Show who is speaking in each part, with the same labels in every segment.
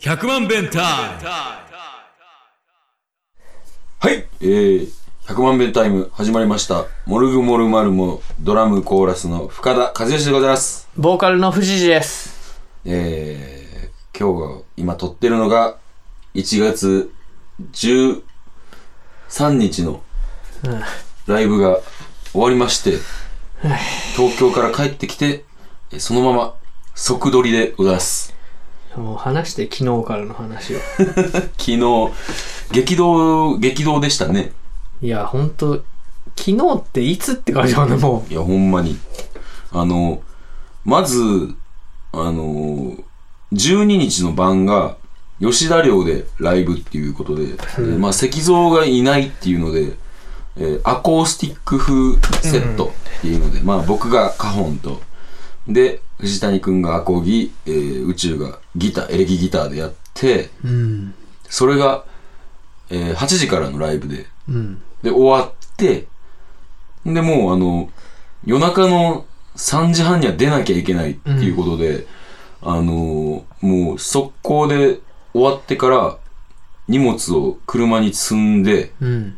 Speaker 1: 100万弁タイム
Speaker 2: はい、えー、100万遍タイム始まりました。モルグモルマルモドラムコーラスの深田和義でございます。
Speaker 3: ボーカルの藤次です。
Speaker 2: えー、今日、今撮ってるのが1月13日のライブが終わりまして、東京から帰ってきて、えーそのまま即撮りでございます。
Speaker 3: もう話して昨日からの話を。
Speaker 2: 昨日、激動、激動でしたね。
Speaker 3: いや、ほんと、昨日っていつって感じだね、も
Speaker 2: いや、ほんまに。あの、まず、あの、12日の晩が、吉田寮でライブっていうことで、でまあ、石像がいないっていうので、えーアコースティック風セットっていうので、まあ、僕がカホンと、で、藤谷くんがアコギ、えー宇宙がギター、エレキギターでやって、
Speaker 3: う。うん。
Speaker 2: それが、えー8時からのライブで、
Speaker 3: うん。
Speaker 2: で、終わって、で、もうあの、夜中の3時半には出なきゃいけないっていうことで、あの、もう速攻で終わってから荷物を車に積んで、
Speaker 3: うん。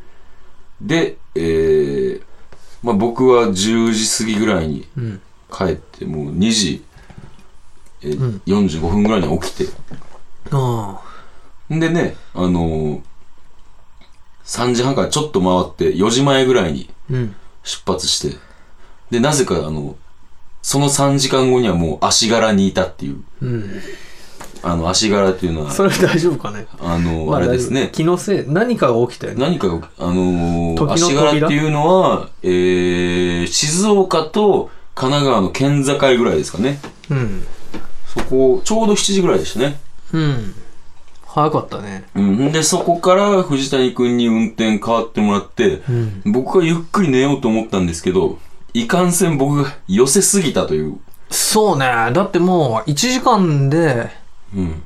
Speaker 2: で、えー、まあ僕は10時過ぎぐらいに
Speaker 3: うん。
Speaker 2: 帰って、もう2時、えー
Speaker 3: うん
Speaker 2: 45分ぐらいに起きて、
Speaker 3: あ
Speaker 2: んでね、あの3時半からちょっと回って4時前ぐらいに
Speaker 3: あ。うん。
Speaker 2: 出発して。で、なぜか、あの、その3時間後にはもう足柄にいたっていう。
Speaker 3: うん。
Speaker 2: あの、足柄っていうのは、
Speaker 3: それ大丈夫かね
Speaker 2: あの、あ、れです
Speaker 3: 大
Speaker 2: ね。
Speaker 3: 丈夫気のせい、何かが起きたよね。
Speaker 2: 何かが、あのー
Speaker 3: 時の扉
Speaker 2: 足柄っていうのは、えー、静岡と神奈川の県境ぐらいですかね。
Speaker 3: うん。
Speaker 2: そこ、ちょうど7時ぐらいでしたね。
Speaker 3: うん。早かったね。
Speaker 2: うん。で、そこから藤谷くんに運転変わってもらって、
Speaker 3: うん。
Speaker 2: 僕はゆっくり寝ようと思ったんですけど、いかんせん僕が寄せすぎたという。
Speaker 3: そうね。だってもう、1時間で、
Speaker 2: うん。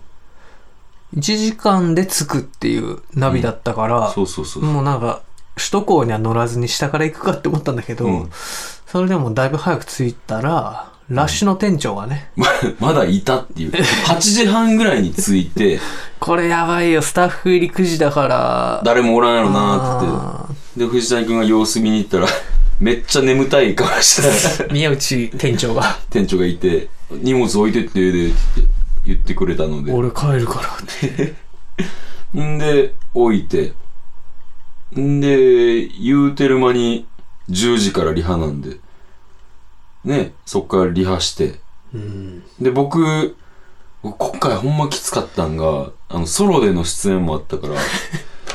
Speaker 3: 1時間で着くっていうナビだったから、
Speaker 2: そうそうそう。
Speaker 3: もうなんか、首都高には乗らずに下から行くかって思ったんだけど、
Speaker 2: うん
Speaker 3: それでもだいぶ早く着いたら、ラッシュの店長がね、
Speaker 2: ま まだいたっていう。8時半ぐらいに着いて、
Speaker 3: これやばいよ、スタッフ入り9時だから、
Speaker 2: 誰もおらんやろなーって
Speaker 3: あ
Speaker 2: って。で、藤谷くんが様子見に行ったら、 めっちゃ眠たい顔してた
Speaker 3: ー宮内店長が、
Speaker 2: 店長がいて、荷物置いてってでって言ってくれたので。
Speaker 3: 俺帰るからって。
Speaker 2: んで、置いて。んで、言うてる間に10時からリハなんで。ね、そっからリハして。
Speaker 3: うん。
Speaker 2: で、僕、今回ほんまきつかったんが、あの、ソロでの出演もあ ったから、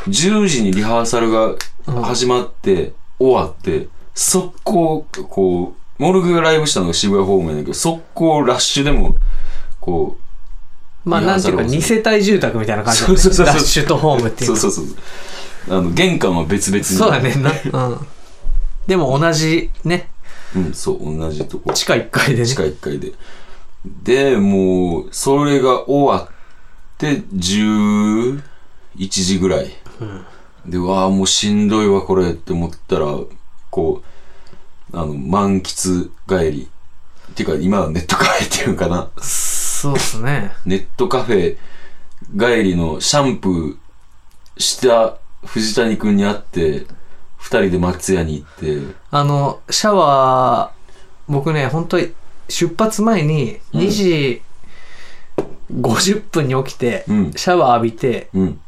Speaker 2: 10時にリハーサルが始まって、終わって、速攻、こう、モルグがライブしたのが渋谷方面だけど、速攻ラッシュでも、こ
Speaker 3: まあ
Speaker 2: いや
Speaker 3: なんていうか、
Speaker 2: それ
Speaker 3: 二
Speaker 2: も
Speaker 3: 世帯住宅みたいな感じだね。
Speaker 2: そうそうそうそう
Speaker 3: ラッシュとホーム
Speaker 2: う、
Speaker 3: っていう
Speaker 2: そう
Speaker 3: の。
Speaker 2: そうそう。あの、玄関は別々に。
Speaker 3: そうだ。ね。なうん。でも同じね、
Speaker 2: うん、そう、同じとこ。
Speaker 3: 地下1階でね。
Speaker 2: 地下1階で。で、もう、それが終わって、11時ぐらい。で、わあ、もうしんどいわ、これって思ったら、こう、あの、満喫帰り。っていうか、今はネットカフェっていうのかな。
Speaker 3: そうっすね。
Speaker 2: ネットカフェ帰りのシャンプーした藤谷くんに会って、二人で松屋に行って、
Speaker 3: あの、シャワー、僕ね、本当に出発前に
Speaker 2: うん
Speaker 3: 2時50分に起きて、
Speaker 2: うん、
Speaker 3: シャワー浴びて
Speaker 2: うん、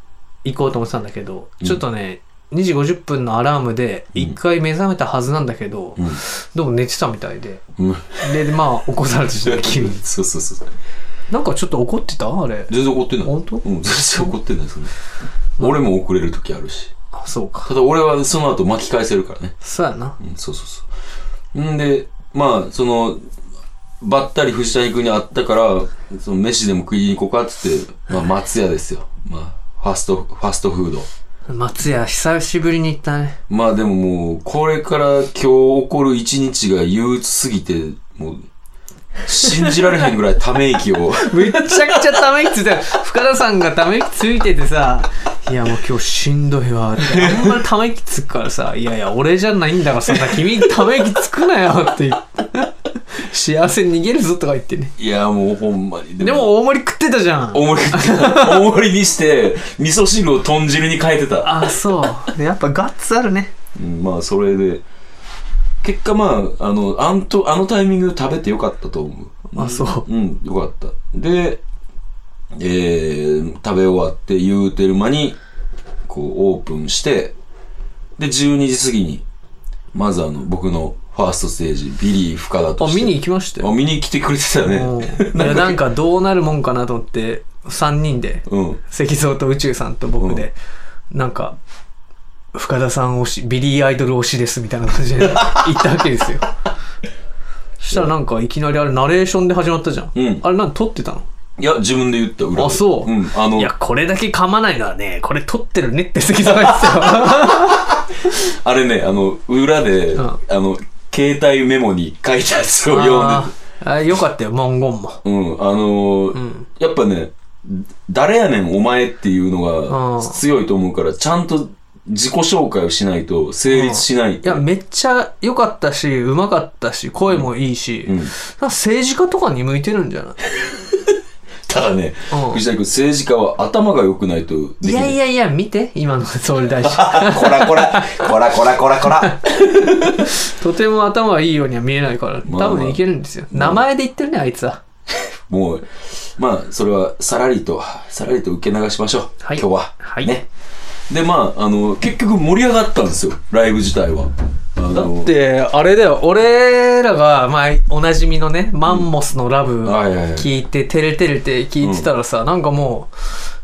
Speaker 3: 行こうと思ってたんだけど、
Speaker 2: うん
Speaker 3: ちょっとね、2時50分のアラームで
Speaker 2: うん
Speaker 3: 1回目覚めたはずなんだけど、
Speaker 2: うん、
Speaker 3: どうも寝てたみたいで。
Speaker 2: うん。
Speaker 3: で、まあ、起こされてしまう君。
Speaker 2: そうそうそう。
Speaker 3: なんかちょっと怒ってたあれ。
Speaker 2: 全然怒ってない。
Speaker 3: 本当
Speaker 2: うん、全然怒ってないですね。俺も遅れる時あるし。
Speaker 3: あ、そうか。
Speaker 2: ただ俺はその後巻き返せるからね。
Speaker 3: そうやな。
Speaker 2: うん、そうそうそう。んで、まあ、その、ばったり藤谷君に会ったから、その飯でも食いに行こうかって言って、まあ、松屋ですよ。まあ、ファスト、ファストフード。
Speaker 3: 松屋、久しぶりに行ったね。
Speaker 2: まあでももう、これから今日起こる一日が憂鬱すぎて、もう、信じられへんぐらいため息を。
Speaker 3: めっちゃくちゃため息ついてた。深田さんがため息ついててさ、いやもう今日しんどいわって。あんまりため息つくからさ、いやいや、俺じゃないんだからさ、君ため息つくなよって言って。幸せに逃げるぞとか言ってね。
Speaker 2: いや、もうほんまに。
Speaker 3: で、も大盛り食ってたじゃん。
Speaker 2: 大盛り食ってた、大盛りにして、味噌汁を豚汁に変えてた。
Speaker 3: あ、そう。ねやっぱガッツあるね。
Speaker 2: うん、まあ、それで、結果まあ、あの、あんと、あのタイミングで食べてよかったと思う。
Speaker 3: あ、そう。
Speaker 2: うん、よかった。で、えー、食べ終わって言うてる間に、こう、オープンして、で、12時過ぎに、まずあの、僕のファーストステージ、ビリー深田と
Speaker 3: あ、
Speaker 2: して。
Speaker 3: 見に行きました
Speaker 2: あ
Speaker 3: よ。
Speaker 2: 見に来てくれてたよ
Speaker 3: うん
Speaker 2: ね。
Speaker 3: いやなんかどうなるもんかなと思って、3人で、
Speaker 2: うん。
Speaker 3: 石像と宇宙さんと僕で、なんか、深田さん推し、ビリーアイドル推しですみたいな感じで 行ったわけです よ。そしたらなんかいきなりあれナレーションで始まったじゃん。
Speaker 2: うん
Speaker 3: あれなん撮ってたの
Speaker 2: いや、自分で言った裏で。
Speaker 3: あそう
Speaker 2: うん。あの
Speaker 3: い、や、これだけ噛まないのはね、これ撮ってるねって関さんが言って
Speaker 2: あれね、あの、裏で、
Speaker 3: うん
Speaker 2: あの、携帯メモに書いたやつ を
Speaker 3: たよ。
Speaker 2: 読ん
Speaker 3: あ
Speaker 2: でて。
Speaker 3: ー あよかったよ、文言も。
Speaker 2: うん、あのー
Speaker 3: ん
Speaker 2: やっぱね、誰やねんお前っていうの
Speaker 3: う
Speaker 2: が
Speaker 3: ん
Speaker 2: 強いと思うから、ちゃんと自己紹介をしないと成立しない。
Speaker 3: いや、めっちゃ良かったし、うまかったし、声もいいし、
Speaker 2: うん
Speaker 3: なんか政治家とかに向いてるんじゃない
Speaker 2: ただね、
Speaker 3: うん
Speaker 2: 藤田君、政治家は頭が良くないとで
Speaker 3: い
Speaker 2: きな
Speaker 3: や
Speaker 2: い。
Speaker 3: いやいや、見て、今の総理大臣。
Speaker 2: こらこら、こらこらこらこら。
Speaker 3: とても頭はいいようには見えないから、
Speaker 2: まあ
Speaker 3: 多分いけるんですよ。名前で言ってるね、あいつは。
Speaker 2: もう、まあ、それはさらりと、さらりと受け流しましょう。
Speaker 3: はい
Speaker 2: 今日は。
Speaker 3: はい
Speaker 2: ね。で、まあ、あの、結局盛り上がったんですよ、ライブ自体は。あの
Speaker 3: で、あれだよ、俺らが、まあ、おなじみのね、マンモスのラブ
Speaker 2: はいはいはい
Speaker 3: 聞いて、てれてれて聞いてたらさ、なんかもう、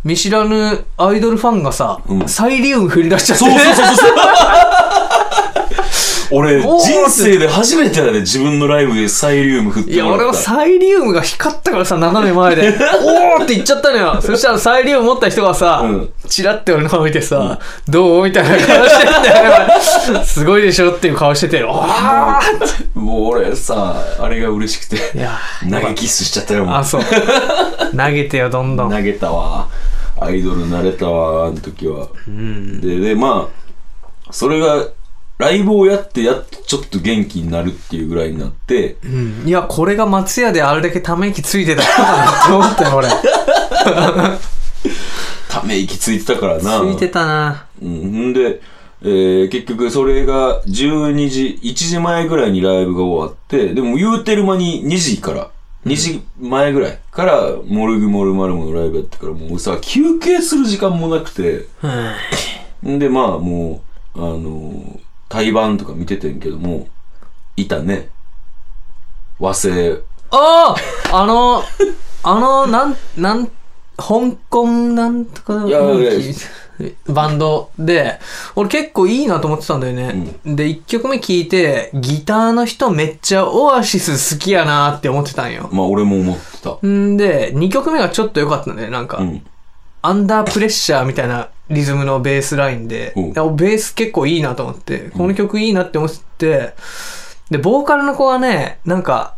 Speaker 3: 見知らぬアイドルファンがさ、
Speaker 2: うん
Speaker 3: サイリウム振り出しちゃって、
Speaker 2: そうそうそうそう。俺、
Speaker 3: おー
Speaker 2: 人生で初めてだね、自分のライブでサイリウム振っ
Speaker 3: い
Speaker 2: て
Speaker 3: や、
Speaker 2: も
Speaker 3: 俺
Speaker 2: ら
Speaker 3: も
Speaker 2: った。
Speaker 3: サイリウムが光ったからさ、斜 め前で、おーって言っちゃったのよ。そしたらサイリウム持った人がさ
Speaker 2: うん、
Speaker 3: チラって俺の顔見てさ、どうみたいな顔してんだよ。俺すごいでしょっていう顔してて、おー
Speaker 2: もう俺さ、あれが嬉しくて、
Speaker 3: いや
Speaker 2: 投げキスしちゃったよ、も
Speaker 3: あ、
Speaker 2: う。
Speaker 3: そう。投げてよ、どんどん。
Speaker 2: 投げたわ。アイドルになれたわ、あの時は。
Speaker 3: うん。
Speaker 2: で、で、まあ、それが、ライブをやって、やっとちょっと元気になるっていうぐらいになって、
Speaker 3: うん。いや、これが松屋であれだけため息ついてた人かなって思ったよ、俺。
Speaker 2: ため息ついてたからな。
Speaker 3: ついてたな。
Speaker 2: うん、んで、えー結局それが12時、1時前ぐらいにライブが終わって、でも言うてる間に2時から、2時前ぐらいから、モルグモルマルモのライブやってから、もうさ、休憩する時間もなくて、
Speaker 3: うん。
Speaker 2: んで、まあもう、あのー、対バンとか見ててんけども、いたね。和製、
Speaker 3: あああの、あの、なん、なん、香港なんとか
Speaker 2: いやいやいや
Speaker 3: バンドで、俺結構いいなと思ってたんだよね。で、1曲目聴いて、ギターの人めっちゃオアシス好きやなって思ってたんよ。
Speaker 2: まあ俺も思ってた。
Speaker 3: んで、2曲目がちょっと良かったんだよね、なんか。
Speaker 2: うん。
Speaker 3: アンダープレッシャーみたいなリズムのベースラインで、
Speaker 2: うん
Speaker 3: いやベース結構いいなと思って、この曲いいなって思って、で、ボーカルの子はね、なんか、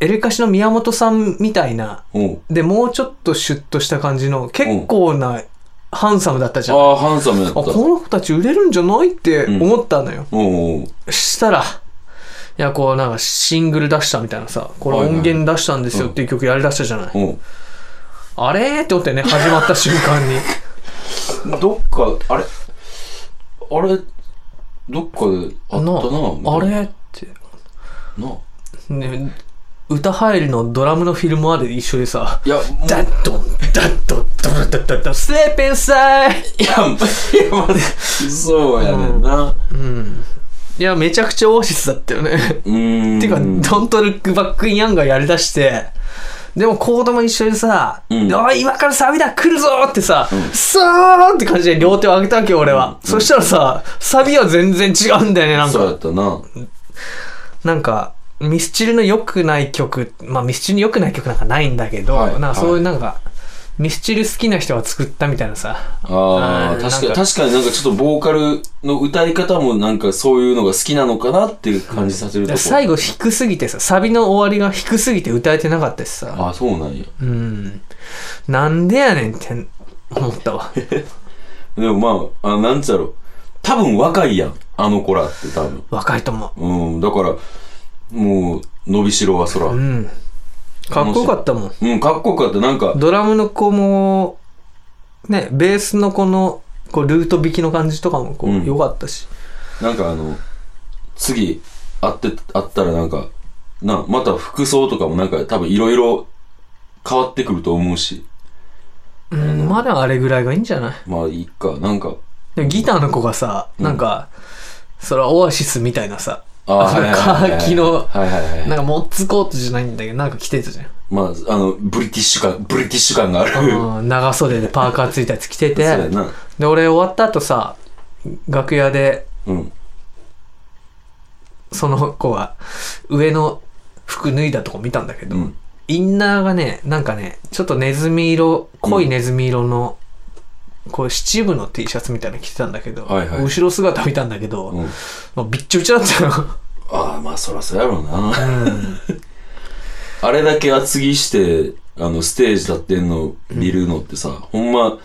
Speaker 3: エレカシの宮本さんみたいな、
Speaker 2: おう
Speaker 3: で、もうちょっとシュッとした感じの、結構なハンサムだったじゃん。あ、
Speaker 2: ああ、ハンサムやった。
Speaker 3: こ
Speaker 2: おう
Speaker 3: の子たち売れるんじゃないって思ったのよ。
Speaker 2: おう
Speaker 3: したら、いや、こうなんかシングル出したみたいなさ、これ音源出したんですよっていう曲やりだしたじゃない。
Speaker 2: おう
Speaker 3: あれーって思ってね、始まった瞬間に。
Speaker 2: どっか、あれあれどっかであったな
Speaker 3: あれって、
Speaker 2: な
Speaker 3: ね、歌入りのドラムのフィルムまで一緒でさ、
Speaker 2: いや、もう、いや、
Speaker 3: ダッドン、ダッドン、ドラダッダッダッ、ステーペンサイ
Speaker 2: いや、まそうやねんな。
Speaker 3: うん。いや、めちゃくちゃオアシスだったよね。
Speaker 2: うーん。
Speaker 3: てか、ドントルックバックインヤンがやりだして、でもコードも一緒でさ、
Speaker 2: うん
Speaker 3: おい、今からサビだ来るぞってさ、さーんって感じで両手を上げたわけよ、俺は。そしたらさ、サビは全然違うんだよね、なんか
Speaker 2: そう。やったな。
Speaker 3: なんか、ミスチルの良くない曲、まあミスチルに良くない曲なんかないんだけど、
Speaker 2: はい
Speaker 3: なんか
Speaker 2: はい
Speaker 3: そういうなんか、ミスチル好きな人が作ったみたいなさ、
Speaker 2: あ
Speaker 3: あ
Speaker 2: あ、
Speaker 3: ー
Speaker 2: 確か
Speaker 3: な
Speaker 2: に、
Speaker 3: んか
Speaker 2: 確かになんかちょっとボーカルの歌い方もなんかそういうのが好きなのかなっていう感じさせるとこ。
Speaker 3: 最後低すぎてさ、サビの終わりが低すぎて歌えてなかったしさ、
Speaker 2: ああ、そうなんや。
Speaker 3: うん。なんでやねんって思っ たわ。
Speaker 2: でもまあ、あなんつうやろ。多分若いやん。あの子らって多分。
Speaker 3: 若いと思
Speaker 2: うん、だから、もう、伸びしろは空。
Speaker 3: う。
Speaker 2: うん
Speaker 3: かっこよかったもん。
Speaker 2: ん、かっこよかった。なんか、
Speaker 3: ドラムの子も、ね、ベースのこの、こう、ルート弾きの感じとかも、こ
Speaker 2: うん
Speaker 3: う、良かったし。
Speaker 2: なんかあの、次、会って、会ったらなんか、な、また服装とかもなんか多分いろいろ変わってくると思うし、
Speaker 3: うん、まだあれぐらいがいいんじゃない
Speaker 2: まあいいか、なんか、
Speaker 3: でもギターの子がさ、
Speaker 2: うん
Speaker 3: なんか、それはオアシスみたいなさ、
Speaker 2: あ
Speaker 3: あのカーキの
Speaker 2: はいはいはい
Speaker 3: な
Speaker 2: は
Speaker 3: ん
Speaker 2: い。
Speaker 3: かモッツコートじゃないんだけど、なんか着てたじゃん。
Speaker 2: まあ、あの、ブリティッシュ感、ブリティッシュ感がある。
Speaker 3: あの長袖でパーカーついたやつ着て
Speaker 2: そうや
Speaker 3: て、
Speaker 2: な。
Speaker 3: で、俺終わった後さ、楽屋で、
Speaker 2: うん。
Speaker 3: その子が、上の服脱いだとこ見たんだけ
Speaker 2: う
Speaker 3: ど、
Speaker 2: ん。
Speaker 3: インナーがね、なんかね、ちょっとネズミ色、濃いネズミ色の、こう七分の T シャツみたいなの着てたんだけど、
Speaker 2: はいはい
Speaker 3: 後ろ姿見たんだけど、
Speaker 2: うん、
Speaker 3: もうびっちょびちょだったよ。
Speaker 2: ああ、まあそらそうやろうな。
Speaker 3: うん
Speaker 2: あれだけ厚着して、あの、ステージ立ってんの見るのってさ、ほんま、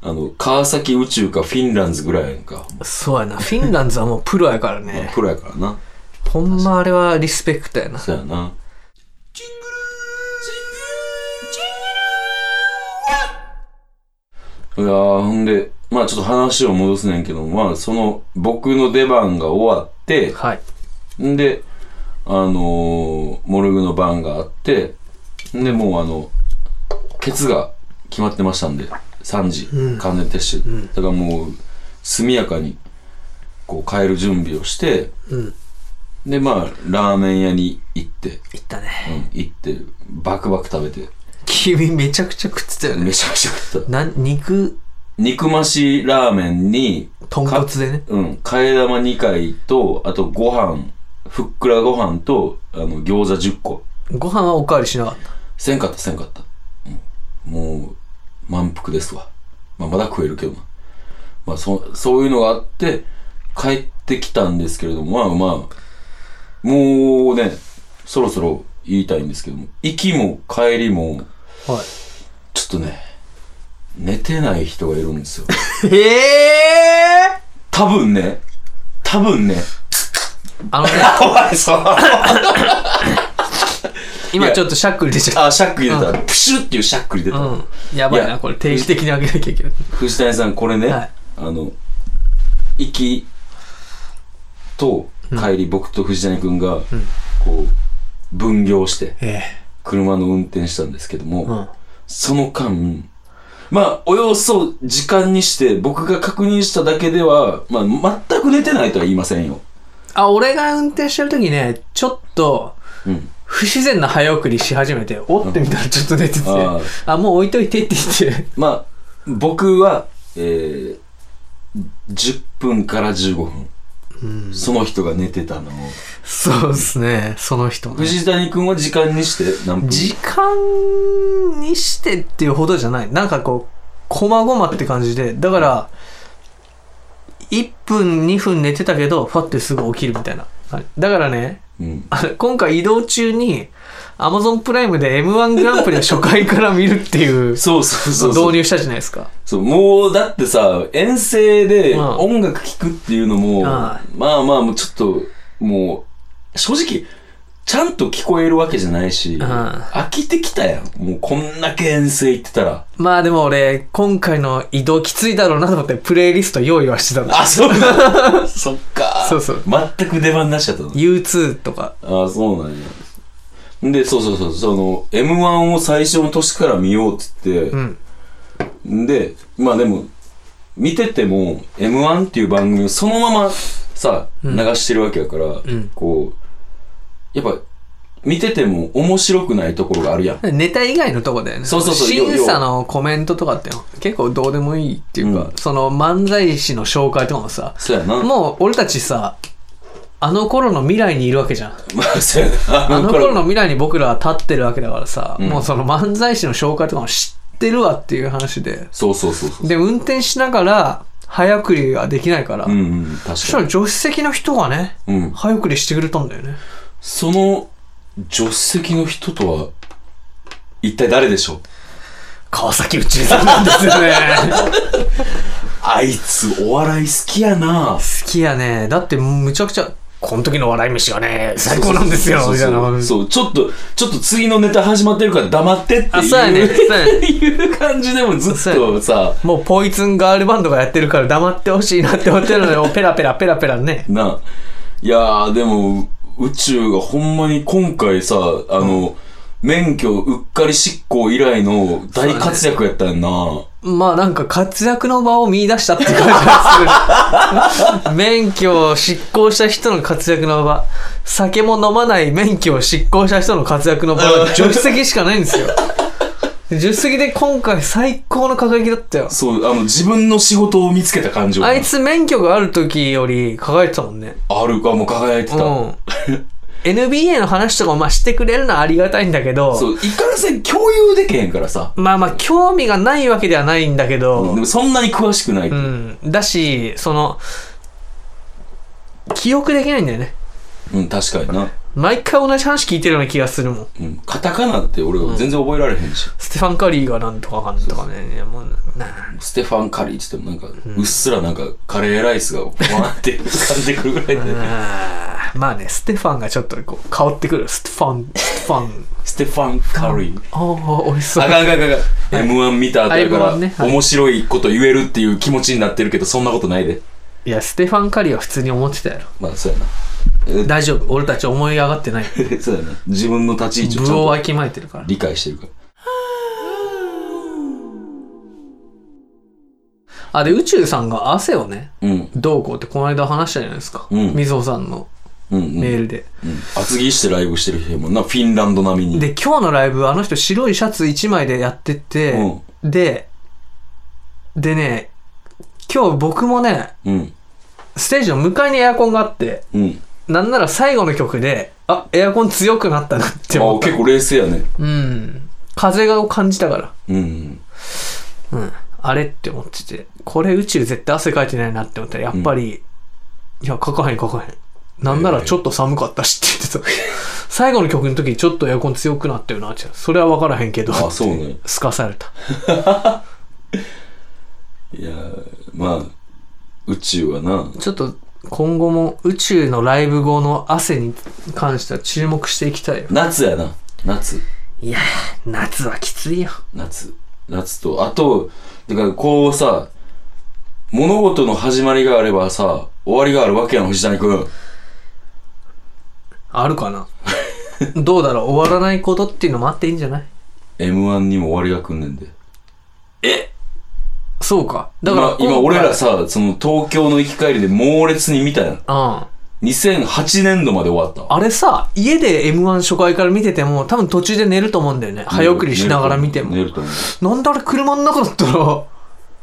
Speaker 2: あの、川崎宇宙かフィンランズぐらいやんか。
Speaker 3: そうやな、フィンランドはもうプロやから
Speaker 2: まあ、
Speaker 3: ね。
Speaker 2: プロやからな。
Speaker 3: ほんまあれはリスペクトやな。
Speaker 2: そうやな。いやー、ほんで、まあちょっと話を戻すねんけど、まあその、僕の出番が終わって、
Speaker 3: はい。
Speaker 2: んで、あのーモルグの番があって、んで、もうあの、ケツが決まってましたんで、3時、
Speaker 3: うん
Speaker 2: 完全撤収。
Speaker 3: ん
Speaker 2: だからもう、速やかに、こう、変える準備をして、
Speaker 3: うん。
Speaker 2: で、まあ、ラーメン屋に行って、
Speaker 3: いった
Speaker 2: う
Speaker 3: ね。
Speaker 2: ん、行って、バクバク食べて、
Speaker 3: 君めちゃくちゃ食ってたよね。
Speaker 2: めちゃくちゃ食った。
Speaker 3: な、肉、
Speaker 2: 肉増しラーメンに、
Speaker 3: 豚骨でね。
Speaker 2: うん、替え玉2回と、あとご飯、ふっくらご飯と、あの、餃子10個。
Speaker 3: ご飯はおかわりしなかった。
Speaker 2: せんかった、せんかった。うん、もう、満腹ですわ。まあ、まだ食えるけどな。まあ、そ、そういうのがあって、帰ってきたんですけれども、まあまあ、もうね、そろそろ言いたいんですけども、行きも帰りも、
Speaker 3: はい。
Speaker 2: ちょっとね、寝てない人がいるんですよ。
Speaker 3: ええ
Speaker 2: 多分ね、多分ね。
Speaker 3: ー、あの ね、
Speaker 2: お前さ、い
Speaker 3: 今
Speaker 2: や
Speaker 3: ちょっとしゃっくり出ちゃった。
Speaker 2: あ、シャック入れた。プシュっていうシャック入れた。
Speaker 3: うん。やばい
Speaker 2: い
Speaker 3: な、
Speaker 2: や
Speaker 3: これ定期的にあげなきゃいけない。
Speaker 2: 藤谷さん、これね、
Speaker 3: はい
Speaker 2: あの、行きと帰り、僕と藤谷くんが、こう、分業して、
Speaker 3: え
Speaker 2: 車の運転したんですけども、
Speaker 3: うん。
Speaker 2: その間、まあ、およそ時間にして、僕が確認しただけでは、まあ、全く寝てないとは言いませんよ。
Speaker 3: あ、俺が運転してる時ね、ちょっと、
Speaker 2: うん。
Speaker 3: 不自然な早送りし始めて、おってみたらちょっと寝てて、
Speaker 2: あ
Speaker 3: あ、もう置いといてって言って、
Speaker 2: まあ、僕は、えー、10分から15分。その人が寝てたのを。
Speaker 3: そうですね、その人ね。
Speaker 2: 藤谷くんは時間にして何分
Speaker 3: 時間にしてっていうほどじゃない。なんかこう、こまごまって感じで、だから、1分、2分寝てたけど、ファってすぐ起きるみたいな。はいだからね、
Speaker 2: うん。
Speaker 3: あれ今回移動中に、Amazon プライムで M1 グランプリを初回から見るっていう
Speaker 2: そうそうそうそう。
Speaker 3: 導入したじゃないですか。
Speaker 2: そう、もう、だってさ、遠征で
Speaker 3: うん
Speaker 2: 音楽聴くっていうのも、
Speaker 3: ん
Speaker 2: まあまあ、もうちょっと、もう、正直、ちゃんと聞こえるわけじゃないし、
Speaker 3: ん
Speaker 2: 飽きてきたやん。もうこんだけ遠征行ってたら。
Speaker 3: まあでも俺、今回の移動きついだろうなと思ってプレイリスト用意はしてたんだ。
Speaker 2: あ、そうか。 そっか。
Speaker 3: そうそう。
Speaker 2: 全く出番なしちゃったの。
Speaker 3: U2 とか。
Speaker 2: ああ、そうなんや。で、そうそうそう、その、M1 を最初の年から見ようって
Speaker 3: う
Speaker 2: 言っ
Speaker 3: ん。
Speaker 2: て、で、まあでも、見てても、M1 っていう番組をそのままさ、流してるわけやから、
Speaker 3: ん
Speaker 2: こう、やっぱ、見てても面白くないところがあるやん。
Speaker 3: ネタ以外のとこだよね。
Speaker 2: そうそうそう
Speaker 3: 審査のコメントとかって結構どうでもいいっていう
Speaker 2: う
Speaker 3: か、
Speaker 2: ん
Speaker 3: その漫才師の紹介とかもさ、
Speaker 2: そうやな。
Speaker 3: もう俺たちさ、あの頃の未来にいるわけじゃん。
Speaker 2: まあ、そうやな。
Speaker 3: あの頃の未来に僕らは立ってるわけだからさ、
Speaker 2: ん
Speaker 3: もうその漫才師の紹介とかも知ってるわっていう話で。
Speaker 2: そうそうそうそう。
Speaker 3: で、運転しながら、早送りができないから、
Speaker 2: うんうん、確
Speaker 3: そし
Speaker 2: かに。
Speaker 3: たら助手席の人がね、
Speaker 2: うん。
Speaker 3: 早送りしてくれたんだよね。
Speaker 2: その、助手席の人とは、一体誰でしょう
Speaker 3: 川崎宇宙さんなんですよ ね。
Speaker 2: あいつお笑い好きやな
Speaker 3: 好きやね。だってむちゃくちゃ、この時の笑い飯がね、最高なんですよ、
Speaker 2: そう
Speaker 3: みた
Speaker 2: そ
Speaker 3: いう
Speaker 2: そ
Speaker 3: な
Speaker 2: う。そう、ちょっと、ちょっと次のネタ始まってるから黙ってっていう。
Speaker 3: あ、そうやね。そうやね
Speaker 2: っていう感じでもずっとさ、
Speaker 3: もうポイズンガールバンドがやってるから黙ってほしいなって思ってるの よ。ペラペラペラペラね。
Speaker 2: な、いやーでも、宇宙がほんまに今回さ、あの、免許うっかり執行以来の大活躍やったよな。
Speaker 3: まあなんか活躍の場を見出したって感じがする。 免許を執行した人の活躍の場。酒も飲まない免許を執行した人の活躍の場は助手席しかないんですよ。助手席で今回最高の輝きだったよ。
Speaker 2: そう、あの、自分の仕事を見つけた感じ
Speaker 3: あいつ免許がある時より輝いてたもんね。
Speaker 2: あるかもう輝いて
Speaker 3: う
Speaker 2: た。
Speaker 3: ん。NBA の話とかもまあしてくれるのはありがたいんだけど、
Speaker 2: そう、いかんせん共有できへんからさ。
Speaker 3: まあまあ興味がないわけではないんだけど、
Speaker 2: でもそんなに詳しくない。
Speaker 3: うん、だし、その、記憶できないんだよね。
Speaker 2: うん、確かにな。
Speaker 3: 毎回同じ話聞いてるような気がするもん。
Speaker 2: うん、カタカナって俺は全然覚えられへんし、
Speaker 3: ステファン・カリーがなんとかかんとかね。いやもうなな
Speaker 2: ステファン・カリーって言ってもなんか、うっすらなんかカレーライスがわーって浮かんでくるぐらいで、
Speaker 3: あまあね、ステファンがちょっとこう、香ってくる。ステファン、ステファン。
Speaker 2: ステファン・カリー。
Speaker 3: ああ、美味しそ
Speaker 2: あ
Speaker 3: う。
Speaker 2: かんあかんあかんあかん。M1 見た後やか
Speaker 3: あ
Speaker 2: ら、
Speaker 3: M1 ねはい
Speaker 2: 面白いこと言えるっていう気持ちになってるけど、そんなことないで。
Speaker 3: いや、ステファン・カリーは普通に思ってたやろ。
Speaker 2: まあ、そうやな。
Speaker 3: 大丈夫、俺たち思い上がってない。
Speaker 2: そうやな。自分の立ち位置をち
Speaker 3: ブ
Speaker 2: ゃん
Speaker 3: を
Speaker 2: と
Speaker 3: わきまえてるから。
Speaker 2: 理解してるから。
Speaker 3: あ、で、宇宙さんが汗をね、
Speaker 2: うん、
Speaker 3: どうこうってこの間話したじゃないですか。
Speaker 2: うん
Speaker 3: みずほさんの
Speaker 2: うん、うん。
Speaker 3: メールで。
Speaker 2: うん厚着してライブしてる人やもんな、フィンランド並みに。
Speaker 3: で、今日のライブ、あの人白いシャツ1枚でやってて、で、でね、今日僕もね、
Speaker 2: うん、うん、
Speaker 3: ステージの向かいにエアコンがあって、
Speaker 2: うん。
Speaker 3: なんなら最後の曲で、あ、エアコン強くなったなって
Speaker 2: あ
Speaker 3: 思った。
Speaker 2: 結構冷静やね。
Speaker 3: うん。風を感じたから。
Speaker 2: うん。
Speaker 3: うん。あれって思ってて、これ宇宙絶対汗かいてないなって思ったら、やっぱり、いや、かかへんかかへん。なんならちょっと寒かったしって言ってた。最後の曲の時ちょっとエアコン強くなったよな、ってそれは分からへんけど、
Speaker 2: あ、そうね。
Speaker 3: すかされた。
Speaker 2: いやーまあ、宇宙はな、
Speaker 3: ちょっと今後も宇宙のライブ後の汗に関しては注目していきたいよ。
Speaker 2: 夏やな。夏。
Speaker 3: いやー、夏はきついよ。
Speaker 2: 夏。夏と、あと、だからこうさ、物事の始まりがあればさ、終わりがあるわけやん、藤谷くん。
Speaker 3: あるかなどうだろう終わらないことっていうのもあっていいんじゃない
Speaker 2: M1 にも終わりが来んねんで。
Speaker 3: そうか。だ
Speaker 2: だか
Speaker 3: か
Speaker 2: らら今俺ら
Speaker 3: う
Speaker 2: さ、その東京の行き帰りで猛烈に見たやん。
Speaker 3: ん。
Speaker 2: 2008年度まで終わったわ。
Speaker 3: あれさ、家で M1 初回から見てても、多分途中で寝ると思うんだよね。早送りしながら見ても。
Speaker 2: 寝ると思う。
Speaker 3: なんであれ車の中だったら、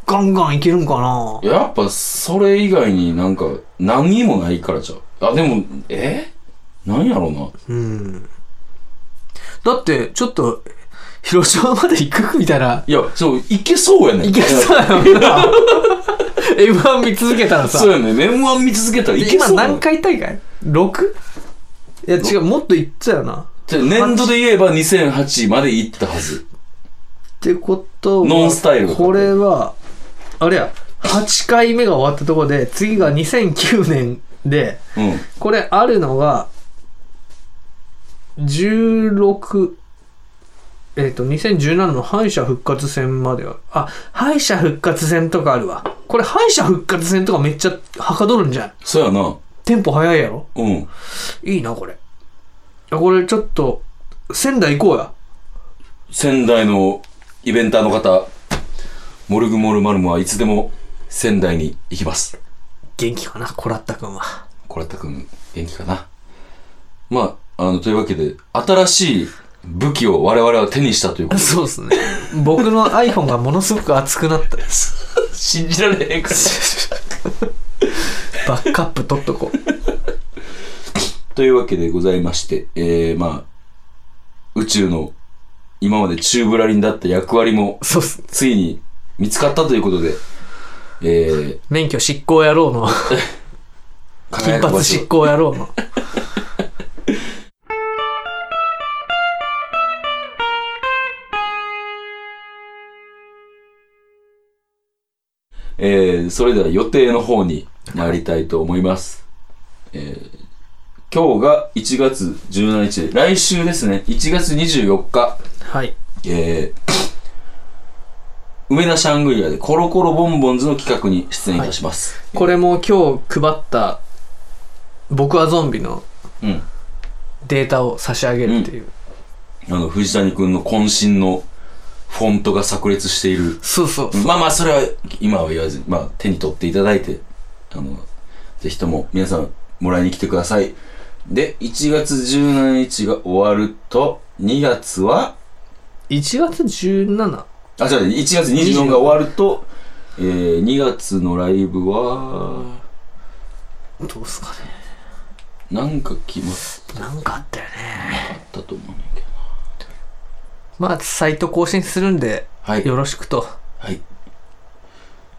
Speaker 3: ガンガンいけるんかな
Speaker 2: やっぱそれ以外になんか何にもないからじゃうあでもえ何やろうな
Speaker 3: うん。だって、ちょっと、広島まで行くみたいな。
Speaker 2: いやそういけそうやねん
Speaker 3: いけそうやもんな。M1 見続けたら さ
Speaker 2: そう。やねん M1 見続けたらいけ
Speaker 3: 今
Speaker 2: そうやねん
Speaker 3: 何回大会 ?6? いや違う、もっと行ってたよな。
Speaker 2: じゃあ年度で言えば2008まで行ったはず
Speaker 3: ってことは
Speaker 2: ノンスタイルだった
Speaker 3: これは、あれや、8回目が終わったとこで、次が2009年で、
Speaker 2: うん
Speaker 3: これあるのが、16、えっ、と、2017の敗者復活戦までは、あ、敗者復活戦とかあるわ。これ敗者復活戦とかめっちゃはかどるんじゃん。
Speaker 2: そうやな
Speaker 3: テンポ早いやろ
Speaker 2: うん
Speaker 3: いいな、これ。あこれちょっと、仙台行こうや。
Speaker 2: 仙台のイベンターの方モルグモルマルムはいつでも仙台に行きます
Speaker 3: 元気かな、コラッタ君は。
Speaker 2: コラタ君元気かなまああのというわけで新しい武器を我々は手にしたということで
Speaker 3: そうですね。僕の iPhone がものすごく熱くな ったです。
Speaker 2: 信じられへんから。
Speaker 3: バックアップ取っとこう。
Speaker 2: というわけでございまして、えー、まあ、宇宙の今まで宙ぶらりんだった役割も、
Speaker 3: そうっす。
Speaker 2: ついに見つかったということで、えー、
Speaker 3: 免許執行野郎の、金
Speaker 2: 輝く場
Speaker 3: 髪
Speaker 2: 所
Speaker 3: 執行野郎の。
Speaker 2: えー、それでは予定の方に参りたいと思います。えー、今日が1月17日で、来週ですね、1月24日、
Speaker 3: はい。
Speaker 2: えー、梅田シャングリアでコロコロボンボンズの企画に出演いたします。
Speaker 3: これも今日配った、僕はゾンビの
Speaker 2: うん。
Speaker 3: データを差し上げるっていう。
Speaker 2: あの、藤谷くんの渾身のフォントが炸裂している。
Speaker 3: そうそう。
Speaker 2: まあまあ、それは今は言わずに、まあ、手に取っていただいて、あの、ぜひとも皆さんもらいに来てください。で、1月17日が終わると、2月は、
Speaker 3: 1月17。
Speaker 2: あ、違う、1月24が終わると、えー、2月のライブは、
Speaker 3: どうすかね。
Speaker 2: なんか決まっ
Speaker 3: なんかあったよね。
Speaker 2: たと思うんだけど。
Speaker 3: まあ、サイト更新するんで、
Speaker 2: はい。
Speaker 3: よろしくと。
Speaker 2: はい。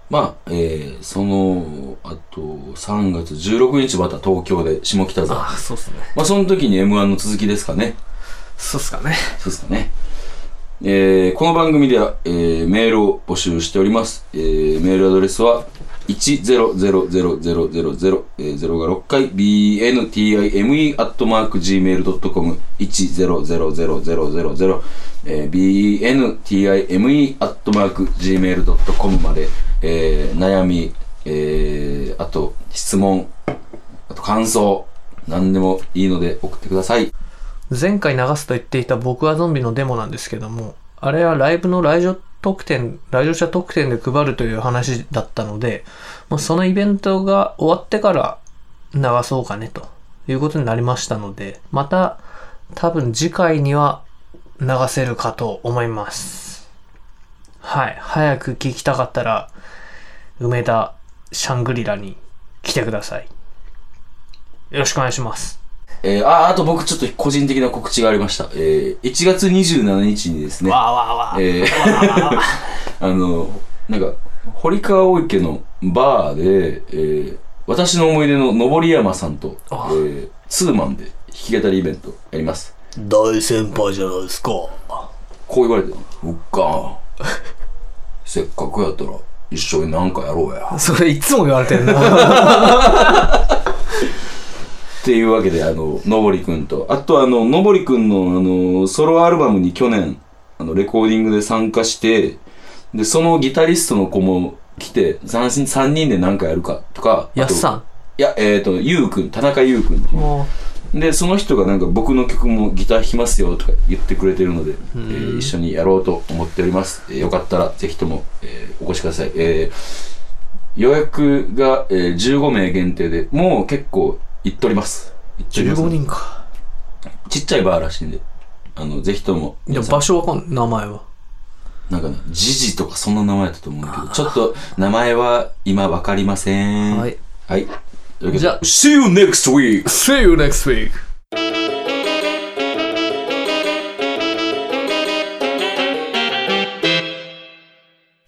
Speaker 2: まあ、えー、その、あと、3月16日また東京で下北沢。
Speaker 3: ああ、そうっすね。
Speaker 2: まあ、その時に M1 の続きですかね。
Speaker 3: そうっすかね。
Speaker 2: そうですかね。えー、この番組では、えー、メールを募集しております。えー、メールアドレスは、1000000、えー、0が6回、bntime.gmail.com、1000000、えー、bntime.gmail.com まで、えー、悩み、えー、あと、質問、あと感想、何でもいいので送ってください。
Speaker 3: 前回流すと言っていた僕はゾンビのデモなんですけども、あれはライブの来場特典、来場者特典で配るという話だったので、もうそのイベントが終わってから流そうかねということになりましたので、また多分次回には流せるかと思います。はい。早く聞きたかったら、梅田シャングリラに来てください。よろしくお願いします。
Speaker 2: えーあ、あと僕ちょっと個人的な告知がありました。えー1月27日にですね、
Speaker 3: わーわーわー。
Speaker 2: えーあの、なんか、堀川大池のバーで、えー私の思い出の登山さんと、え
Speaker 3: あ
Speaker 2: ーツーマンで弾き語りイベントやります。
Speaker 3: 大先輩じゃないですか。
Speaker 2: こう言われて、うっか、せっかくやったら一緒になんかやろうや。
Speaker 3: それいつも言われてるな。
Speaker 2: っていうわけで、あの、のぼりくんと、あとあの、のぼりくんの、あの、ソロアルバムに去年、あの、レコーディングで参加して、で、そのギタリストの子も来て、三人三人で何かやるかとか、
Speaker 3: やっさ
Speaker 2: ん。
Speaker 3: ん。
Speaker 2: いや、えっ、と、ゆうくん、田中ゆうくんってい
Speaker 3: も
Speaker 2: う。で、その人がなんか僕の曲もギター弾きますよとか言ってくれてるので、えー一緒にやろうと思っております。えーよかったら、ぜひとも、えーお越しください。えー予約が、えー15名限定で、もう結構行っております。行っ
Speaker 3: う、
Speaker 2: ております
Speaker 3: 15人か。
Speaker 2: ちっちゃいバーらしいんで、あの、ぜひとも、
Speaker 3: い
Speaker 2: 皆
Speaker 3: や、
Speaker 2: さん
Speaker 3: 場所わかんない、名前は。
Speaker 2: なんかね、ジジとかそんな名前だったと思うんだけど、ちょっと名前は今わかりません。
Speaker 3: はい。
Speaker 2: はい。というわけで
Speaker 3: じゃあ
Speaker 2: See you next week!
Speaker 3: See you next week!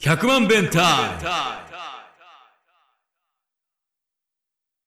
Speaker 1: Hackerman Bentai.